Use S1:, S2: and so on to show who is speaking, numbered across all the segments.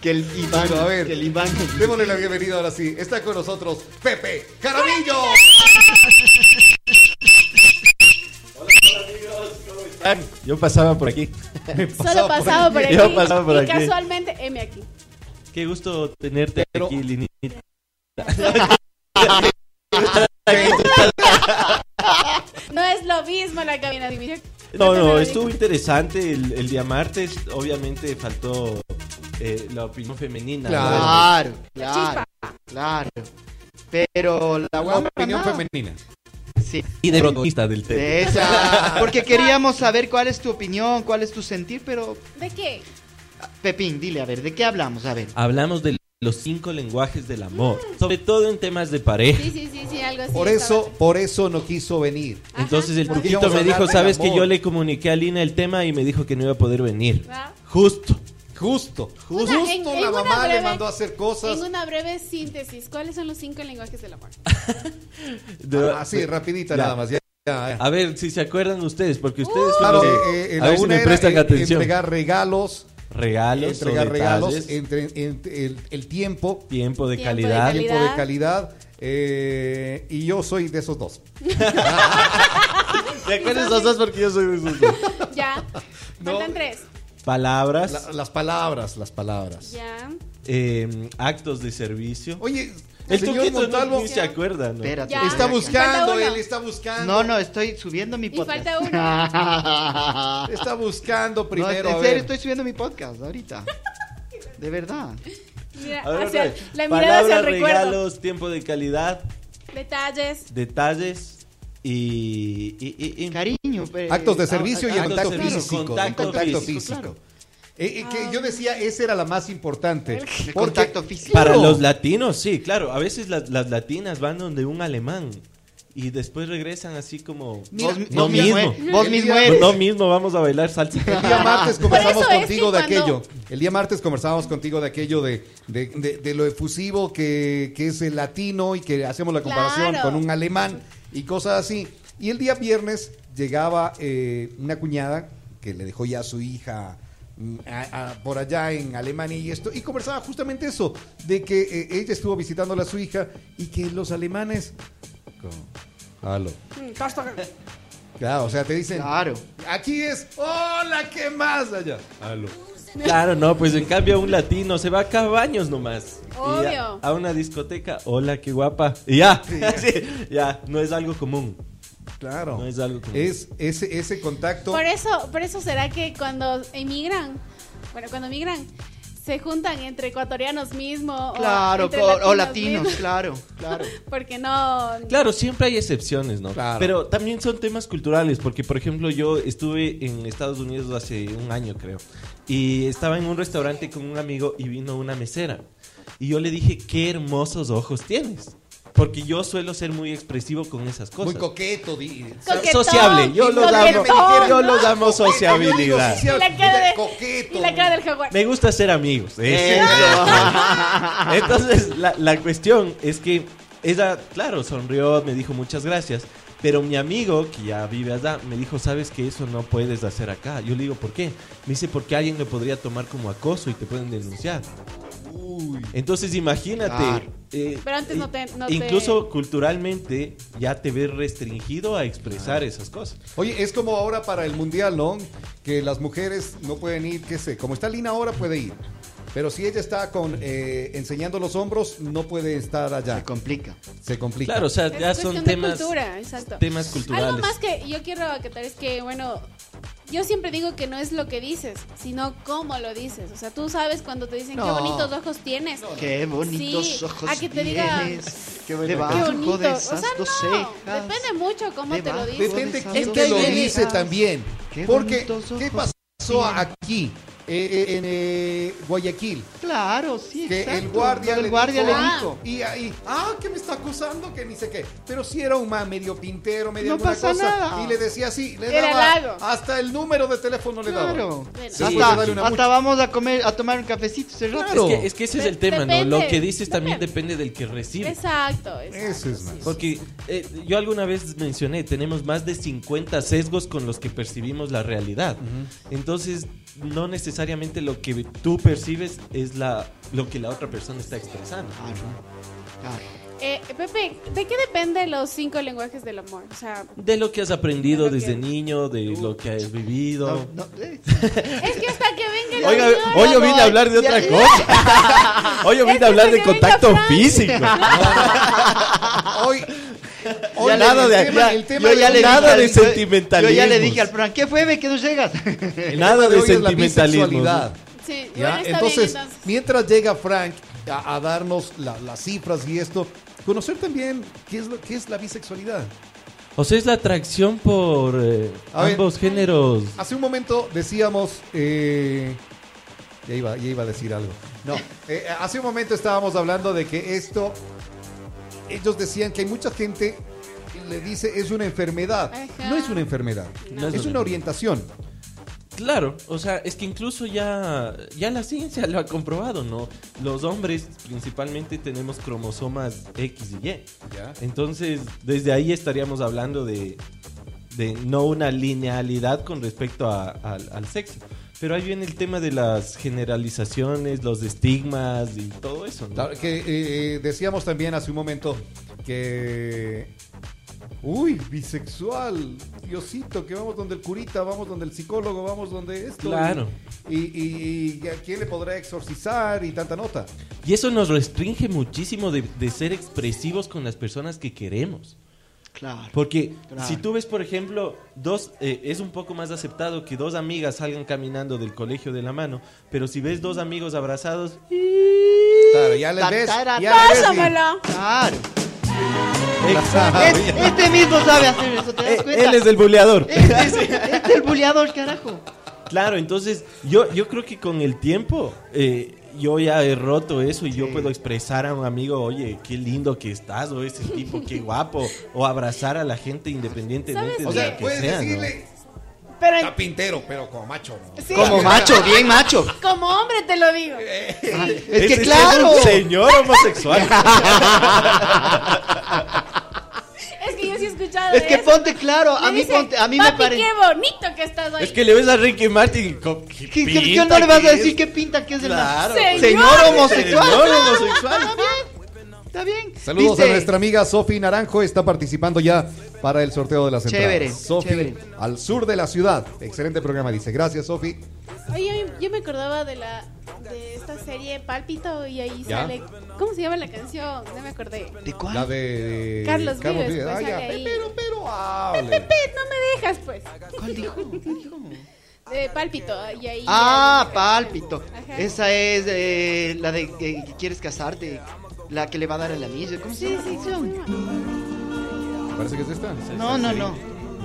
S1: que el Iván,
S2: a ver.
S1: que el Iván.
S2: Démosle la bienvenida ahora sí. Está con nosotros Pepe Caramillo.
S3: Yo pasaba por aquí.
S4: Solo pasaba por aquí.
S3: pues. Yo pasaba por
S4: y
S3: aquí.
S4: casualmente, M aquí.
S3: Qué gusto tenerte
S2: Pero-
S3: aquí, Linita.
S4: No es lo mismo la cabina de mi-
S3: No,
S4: te
S3: no,
S4: lo
S3: estuvo
S4: digo.
S3: interesante el, el día martes. Obviamente faltó eh, la opinión femenina.
S2: Claro.
S1: Claro,
S4: Chispa.
S1: claro, claro. Pero la
S2: La
S1: guapa
S2: opinión
S1: nada.
S2: femenina.
S1: Sí,
S3: Y de protagonista del tema.
S1: de esa. Porque queríamos saber cuál es tu opinión, cuál es tu sentir, pero
S4: ¿De qué?
S1: Pepín, dile, a ver, ¿de qué hablamos? A ver.
S3: Hablamos de los cinco lenguajes del amor. Sobre todo en temas de pareja.
S4: Sí, sí, sí, sí, algo así.
S2: Por
S4: estaba-
S2: eso, por eso no quiso venir.
S4: Ajá,
S3: Entonces el
S4: no.
S2: Porque
S3: truquito
S2: íbamos a
S3: me
S2: hablar
S3: dijo,
S2: del
S3: ¿sabes que
S2: amor.
S3: yo le comuniqué a Lina el tema y me dijo que no iba a poder venir?
S4: Ah.
S3: Justo.
S2: Justo.
S4: Una-
S2: Justo
S4: en- en
S2: la
S4: una
S2: mamá le
S4: breve-
S2: mandó a hacer cosas.
S4: En una breve síntesis, ¿cuáles son los cinco lenguajes del amor?
S3: De-
S2: Así, Ah, rapidita
S3: Ya.
S2: nada más. Ya, ya, ya.
S3: A ver si se acuerdan ustedes, porque ustedes son
S2: Claro,
S3: los que-
S2: eh, eh,
S3: a
S2: la
S3: ver si
S2: una
S3: me
S2: era
S3: prestan
S2: en-
S3: atención.
S2: entregar regalos,
S3: regalos,
S2: entregar
S3: o
S2: regalos,
S3: detalles,
S2: entre, entre- el, el tiempo,
S3: tiempo de
S4: Tiempo de
S3: calidad.
S4: calidad.
S2: tiempo de calidad, eh, y yo soy de esos dos.
S3: ¿Te acuerdas esos dos? Porque yo soy de esos dos.
S4: Ya.
S2: No.
S4: Faltan tres.
S3: Palabras,
S2: La- las palabras, las palabras.
S4: Ya.
S3: eh, actos de servicio.
S2: Oye,
S3: el
S2: señor
S3: truquito no
S2: Montalvo
S3: ni se acuerda, ¿no?
S1: Espérate.
S2: está
S4: Ya.
S1: espérate.
S4: Falta
S2: buscando,
S4: uno.
S2: él está buscando.
S1: No, no, estoy subiendo mi
S4: Y
S1: podcast.
S4: falta
S1: uno.
S2: Está buscando primero.
S1: en
S2: a
S1: serio,
S2: ver.
S1: estoy subiendo mi podcast ahorita. De verdad.
S4: Mira,
S3: A ver,
S4: hacia-
S3: otra vez.
S4: la mirada hacia
S3: Palabras,
S4: el recuerdo.
S3: regalos, tiempo de calidad,
S4: Detalles.
S3: detalles y... y- y- y-
S1: Cariño. eh,
S2: Actos de
S1: ah,
S2: servicio y el
S1: ah,
S3: actos
S2: contacto
S3: de servicio,
S2: físico. el
S3: contacto
S2: contacto
S3: físico,
S2: físico.
S1: claro.
S2: Eh, eh, que yo decía, esa era la más importante.
S1: El
S2: porque-
S1: contacto físico.
S3: Para
S2: Claro.
S3: los latinos, sí, claro. A veces las, las latinas van donde un alemán y después regresan así como...
S2: Mira,
S1: vos,
S3: no
S1: vos mismo.
S3: mismo.
S1: eres- Vos
S2: El
S1: mismo
S2: día-
S1: eres.
S3: No mismo, vamos a bailar
S2: El
S3: salsa.
S2: día martes conversamos
S4: Por eso es
S2: contigo de
S4: que cuando-
S2: aquello. El día martes conversábamos contigo de aquello de, de, de- de lo efusivo que, que es el latino y que hacemos la comparación
S4: Claro.
S2: con un alemán y cosas así. Y el día viernes llegaba eh, una cuñada que le dejó ya a su hija mm, a- a- por allá en Alemania y esto. Y conversaba justamente eso, de que eh, ella estuvo visitándole a su hija y que los alemanes... como, "Halo". Claro, o sea, te dicen...
S1: Claro.
S2: Aquí es, hola, ¿qué más allá? Aló.
S3: Claro, no, pues en cambio un latino se va a Cabaños nomás. Y
S4: Obvio.
S3: ya, a una discoteca, hola, qué guapa. Y ya, sí, ya, no es algo común.
S2: Claro.
S3: No es algo común.
S2: Es ese, ese contacto.
S4: Por eso, por eso será que cuando emigran, bueno, cuando emigran, se juntan entre ecuatorianos mismo. o, Oh,
S1: Claro,
S4: entre
S1: por- o
S4: latinos
S1: latinos,
S4: mismo,
S1: claro, claro.
S4: Porque no.
S3: Claro, siempre hay excepciones, ¿no?
S2: Claro.
S3: Pero también son temas culturales, porque por ejemplo yo estuve en Estados Unidos hace un año creo, y estaba en un restaurante con un amigo y vino una mesera, y yo le dije, qué hermosos ojos tienes, porque yo suelo ser muy expresivo con esas cosas.
S2: muy coqueto. di-
S4: Coquetón,
S3: sociable, yo los amo,
S4: coquetón,
S3: yo
S4: ¿no?
S3: los amo sociabilidad.
S4: Y la cara de-
S2: Coqueto.
S4: Y la cara del jaguar.
S3: Me gusta ser amigos. ¿eh? Entonces, la, la cuestión es que ella, claro, sonrió, me dijo muchas gracias. Pero mi amigo, que ya vive allá, me dijo, sabes que eso no puedes hacer acá. Yo le digo, ¿por qué? Me dice, porque alguien lo podría tomar como acoso y te pueden denunciar. Entonces, imagínate.
S1: Claro.
S3: eh,
S4: Pero antes no te- no te-
S3: incluso culturalmente ya te ves restringido a expresar esas cosas.
S2: Oye, es como ahora para el mundial, ¿no? Que las mujeres no pueden ir, qué sé. Como está Lina ahora, puede ir. Pero si ella está con eh, enseñando los hombros, no puede estar allá.
S1: Se complica.
S2: Se complica.
S3: Claro, o sea,
S4: Es
S3: ya
S4: cuestión
S3: son
S4: de
S3: temas,
S4: cultura, exacto.
S3: temas culturales.
S4: Algo más que yo quiero acotar es que, bueno, yo siempre digo que no es lo que dices, sino cómo lo dices. O sea, tú sabes cuando te dicen
S1: No.
S4: qué bonitos ojos tienes.
S1: Qué bonitos
S4: Sí,
S1: ojos
S4: a que te diga,
S1: tienes. Qué
S4: Qué
S1: debajo
S4: bonito.
S1: de
S4: O sea,
S1: esas
S4: no.
S1: dos cejas.
S4: Depende mucho cómo te lo
S1: Debajo
S4: dices.
S2: Depende
S1: Es
S2: quién
S4: que
S2: te lo
S4: hay
S2: dice
S1: veces-
S2: también.
S1: Qué
S2: Porque,
S1: bonitos
S2: ¿qué
S1: ojos
S2: pasó aquí? eh, eh, en eh, Guayaquil.
S1: Claro, sí,
S2: Que
S1: exacto.
S2: el guardia,
S1: Lo del
S2: le,
S1: guardia
S2: dijo,
S1: le
S4: Ah.
S1: dijo.
S2: Y ahí, ah, que me está acosando, que ni sé qué. Pero si era un man medio pintero, medio
S1: No
S2: alguna
S1: pasa
S2: cosa.
S1: nada.
S2: Y le decía así, le
S4: Era
S2: daba
S4: largo.
S2: hasta el número de teléfono le daba.
S1: Claro.
S4: Bueno.
S2: Sí,
S1: hasta
S2: dale una
S1: hasta
S2: mucha.
S1: vamos a comer, a tomar un cafecito ese rato.
S2: Claro.
S3: Es, que, es que ese es el
S4: Dep-
S3: tema, ¿no? Lo
S4: depende.
S3: que dices también depende
S4: Depende.
S3: del que recibe.
S4: Exacto, exacto,
S2: Eso es más.
S4: sí.
S3: Porque eh, yo alguna vez mencioné, tenemos más de 50 sesgos con los que percibimos la realidad. Entonces, no necesariamente lo que tú percibes es la, lo que la otra persona está expresando.
S1: Claro. Claro.
S4: Eh, Pepe, ¿de qué depende los cinco lenguajes del amor? O sea,
S3: De lo que has aprendido
S4: De lo
S3: desde
S4: que-
S3: niño, de lo que has vivido.
S1: No, no, eh,
S4: es que hasta que venga el
S3: Oiga,
S4: audiólogo.
S3: hoy yo vine a hablar de
S1: Ya-
S3: otra cosa. hoy yo vine a
S4: Este Es
S3: hablar
S4: que
S3: de
S4: se venga
S3: contacto
S4: Frank.
S3: físico.
S2: Hoy, hoy
S1: Ya
S3: nada
S2: el
S3: de-
S2: tema-
S3: ya-
S2: el tema
S1: yo ya
S2: de
S1: le
S2: hoy-
S3: nada
S1: dije
S3: de
S1: al- yo-
S3: sentimentalismos.
S1: Yo ya le dije al Fran, ¿qué fue, ve, que no llegas?
S2: el
S3: Nada
S2: tema
S3: de
S2: hoy es la
S3: sentimentalismo.
S2: bisexualidad.
S4: Sí,
S2: ¿Ya?
S4: bueno, está
S2: entonces,
S4: bien, entonces.
S2: mientras llega Frank a, a darnos la- las cifras y esto, conocer también qué es, lo, qué es la bisexualidad.
S3: O sea, es la atracción por eh,
S2: A ver.
S3: ambos géneros.
S2: Hace un momento decíamos. eh, ya, iba, ya iba a decir algo. No, eh, hace un momento estábamos hablando de que esto. Ellos decían que hay mucha gente que le dice es una enfermedad.
S4: Ajá.
S2: No es una enfermedad.
S3: No.
S2: es, una orientación.
S3: Claro, o sea, es que incluso ya, ya la ciencia lo ha comprobado, ¿no? Los hombres principalmente tenemos cromosomas X y Y. Entonces, desde ahí estaríamos hablando de, de no una linealidad con respecto a- al- al sexo. Pero ahí viene el tema de las generalizaciones, los estigmas y todo eso, ¿no?
S2: Claro, que eh, eh, decíamos también hace un momento que. Uy, bisexual. Diosito, que vamos donde el curita, vamos donde el psicólogo, vamos donde esto.
S3: Claro.
S2: Y, y- y a quién le podrá exorcizar y tanta nota.
S3: Y eso nos restringe muchísimo de, de ser expresivos con las personas que queremos.
S1: Claro.
S3: Porque
S1: Claro.
S3: si tú ves, por ejemplo, dos, eh, es un poco más aceptado que dos amigas salgan caminando del colegio de la mano, pero si ves dos amigos abrazados,
S2: Claro, ya le
S1: Ta-
S2: ves.
S1: tara-
S2: ya le ves y-
S4: Pásamela.
S1: Claro.
S3: ¡exacto!
S1: Es- este mismo sabe hacer eso, ¿te das
S3: Eh,
S1: cuenta?
S3: él es el buleador.
S1: Este es, este es el buleador, carajo.
S3: Claro, entonces yo, yo creo que con el tiempo eh, yo ya he roto eso y yo puedo expresar a un amigo, oye, qué lindo que estás, o ese tipo, qué guapo, o abrazar a la gente independientemente
S4: ¿Sabes
S3: de
S2: O
S3: lo
S2: sea,
S3: que
S2: puedes
S3: sea. ¿no?
S2: decirle.
S4: Pero en-
S2: Carpintero, pero como macho. ¿no?
S4: sí,
S1: Como macho, bien macho.
S4: como hombre te lo digo.
S1: Es
S3: Ese
S1: que
S3: es
S1: claro.
S3: un señor homosexual.
S4: Es que yo sí he escuchado
S1: Es
S4: de
S1: que
S4: eso.
S1: ponte claro, a
S4: Le
S1: mí
S4: dice,
S1: ponte, a mí me
S4: "Papi,
S1: parece.
S4: qué bonito que estás hoy.
S3: es que le ves a Ricky Martin y co- ¿qué
S1: ¿Qué, qué- qué
S3: pinta
S1: no le vas
S3: que
S1: a
S3: es?
S1: decir qué pinta que es Ah, el
S3: Claro.
S4: pues, Señor.
S1: señor homosexual?
S3: Señor homosexual.
S1: Está bien.
S2: Saludos
S1: Dice-
S2: a nuestra amiga Sofi Naranjo, está participando ya para el sorteo de las entradas.
S1: Chévere,
S2: Sofi,
S1: chévere.
S2: al sur de la ciudad. Excelente programa, dice. Gracias, Sofi.
S4: Oye, yo me acordaba de la de esta serie Pálpito y ahí
S2: ¿Ya?
S4: sale ¿Cómo se llama la canción? No me acordé.
S1: ¿De cuál?
S2: La de
S4: Carlos Vives, pues,
S2: Eh, Ah, ya.
S4: sale ahí.
S2: Pero, pero, hable.
S4: Pepe, no me dejas pues.
S1: ¿Cuál dijo? ¿Cuál dijo?
S4: De Eh, Pálpito y ahí
S1: Ah,
S4: era-
S1: pálpito.
S4: Ajá.
S1: Esa es eh, la de que que quieres casarte. La que le va a dar el anillo. ¿Cómo se
S4: Sí,
S1: llama?
S4: sí, sí.
S2: Parece que es esta.
S1: No, no, no.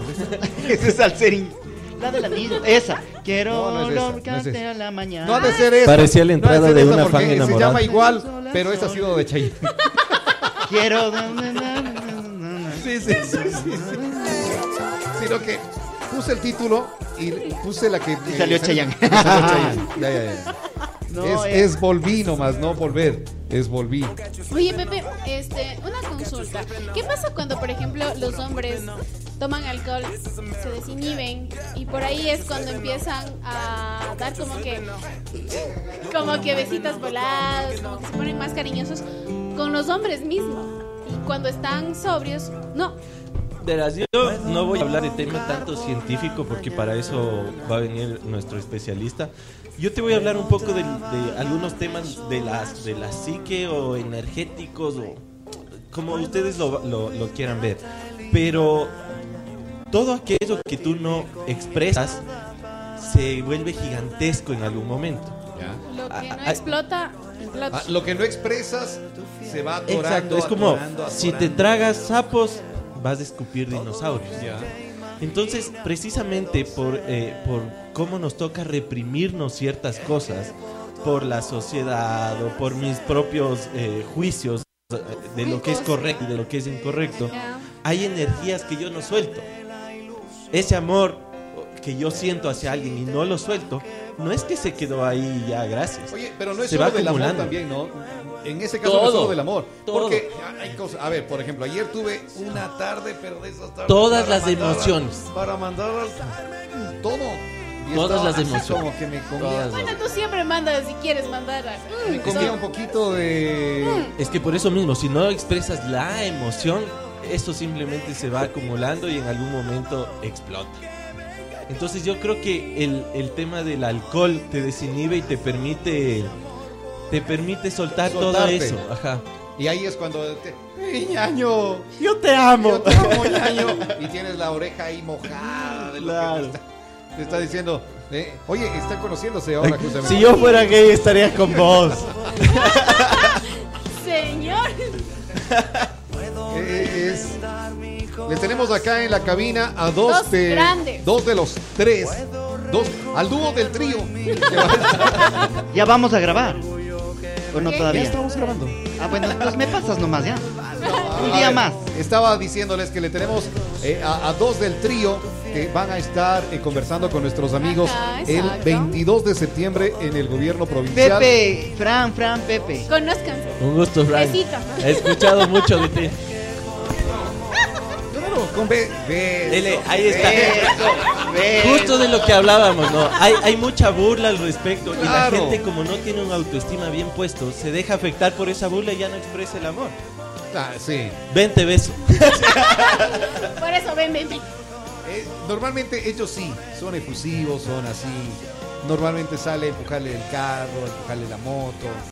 S1: Ese es Salserín. La del anillo. Esa. Quiero
S2: No, no es esa, no es
S1: levantarte
S2: esa.
S1: a la mañana.
S2: No ha de ser esta.
S3: Parecía la
S2: No ha
S3: entrada
S2: ser
S3: de
S2: esta
S3: una
S2: porque
S3: fan
S2: Se
S3: enamorada.
S2: llama igual, pero esta ha sido de Chayanne.
S1: Quiero.
S2: Sí, sí, sí, sí, sí. Sino que puse el título y puse la que.
S1: Y salió
S2: eh,
S1: Chayanne.
S2: salió Chayanne. Ya, ya, ya.
S1: No,
S2: es,
S1: eh.
S2: es volví nomás, no volver. Es volví.
S4: Oye, Pepe, este, una consulta. ¿Qué pasa cuando, por ejemplo, los hombres toman alcohol, se desinhiben y por ahí es cuando empiezan a dar como que como que besitas voladas, como que se ponen más cariñosos con los hombres mismos? Y cuando están sobrios, no.
S3: Verás, yo no voy a hablar de tema tanto científico porque para eso va a venir nuestro especialista. Yo te voy a hablar un poco del- de, algunos temas de las de la psique o energéticos o como ustedes lo, lo- lo quieran ver. Pero todo aquello que tú no expresas se vuelve gigantesco en algún momento.
S4: Lo que
S3: Ah,
S4: no
S3: ah,
S4: explota, explota.
S2: Ah, lo que no expresas se va atorando.
S3: Exacto, es como
S2: atorando,
S3: si te
S2: atorando.
S3: tragas sapos vas a escupir dinosaurios. Entonces, precisamente por, eh, por cómo nos toca reprimirnos ciertas cosas, por la sociedad o por mis propios eh, juicios eh, de lo que es correcto y de lo que es incorrecto,
S4: Ya.
S3: hay energías que yo no suelto. Ese amor que yo siento hacia alguien y no lo suelto, no es que se quedó ahí y ya, gracias.
S2: Oye, pero no es
S3: Se
S2: solo
S3: va
S2: del amor
S3: acumulando.
S2: también, ¿no? En ese caso no es
S3: Todo,
S2: solo del amor.
S3: todo.
S2: Porque hay cosas. A ver, por ejemplo, ayer tuve una tarde, pero de esas tardes.
S3: Todas
S2: para
S3: las
S2: mandar a-
S3: emociones.
S2: Para mandar al. Todo. Y
S3: Todas
S2: estaba
S3: las
S2: así
S3: emociones.
S2: Como que me comía,
S3: Todas las-
S4: Bueno, tú siempre mandas si quieres mandar. a-
S2: me comía un poquito de.
S3: Es que por eso mismo, si no expresas la emoción, eso simplemente se va acumulando y en algún momento explota. Entonces yo creo que el, el tema del alcohol te desinhibe y te permite te permite soltar todo
S2: Soltarte.
S3: eso, ajá.
S2: Y ahí es cuando. Te, ¡Ey, ñaño!
S3: Yo te amo.
S2: Yo te amo, ñaño. Y tienes la oreja ahí mojada. De lo
S3: Claro.
S2: que te, está, te está diciendo. eh, oye, está conociéndose ahora justamente.
S3: Si yo fuera gay estaría con vos.
S4: Señor.
S2: Es- le tenemos acá en la cabina a dos,
S4: Dos
S2: de
S4: grandes.
S2: dos de los tres, dos al dúo del trío.
S1: Ya vamos a grabar. Bueno,
S4: ¿Qué?
S1: todavía.
S2: grabando.
S1: Ah, bueno, pues me pasas nomás ya. Un
S2: A
S1: día
S2: ver,
S1: más.
S2: Ah, Estaba diciéndoles que le tenemos eh, a, a dos del trío que van a estar eh, conversando con nuestros amigos
S4: Ajá,
S2: el
S4: exacto.
S2: 22 de septiembre en el gobierno provincial.
S1: Pepe, Fran, Fran, Pepe.
S4: Conózcanse.
S3: Un gusto, Frank.
S4: Besito.
S3: He escuchado mucho de ti.
S2: Claro, con be- beso,
S3: Dele, ahí está.
S1: Eso, beso.
S3: Justo de lo que hablábamos, ¿no? Hay, hay mucha burla al respecto y la
S2: Claro.
S3: gente como no tiene una autoestima bien puesto, se deja afectar por esa burla y ya no expresa el amor.
S2: Ah, sí.
S3: Ven, te beso.
S4: Por eso, ven, ven, ven.
S2: Eh, normalmente ellos sí, son efusivos, son así. Normalmente sale a empujarle el carro, a empujarle la moto.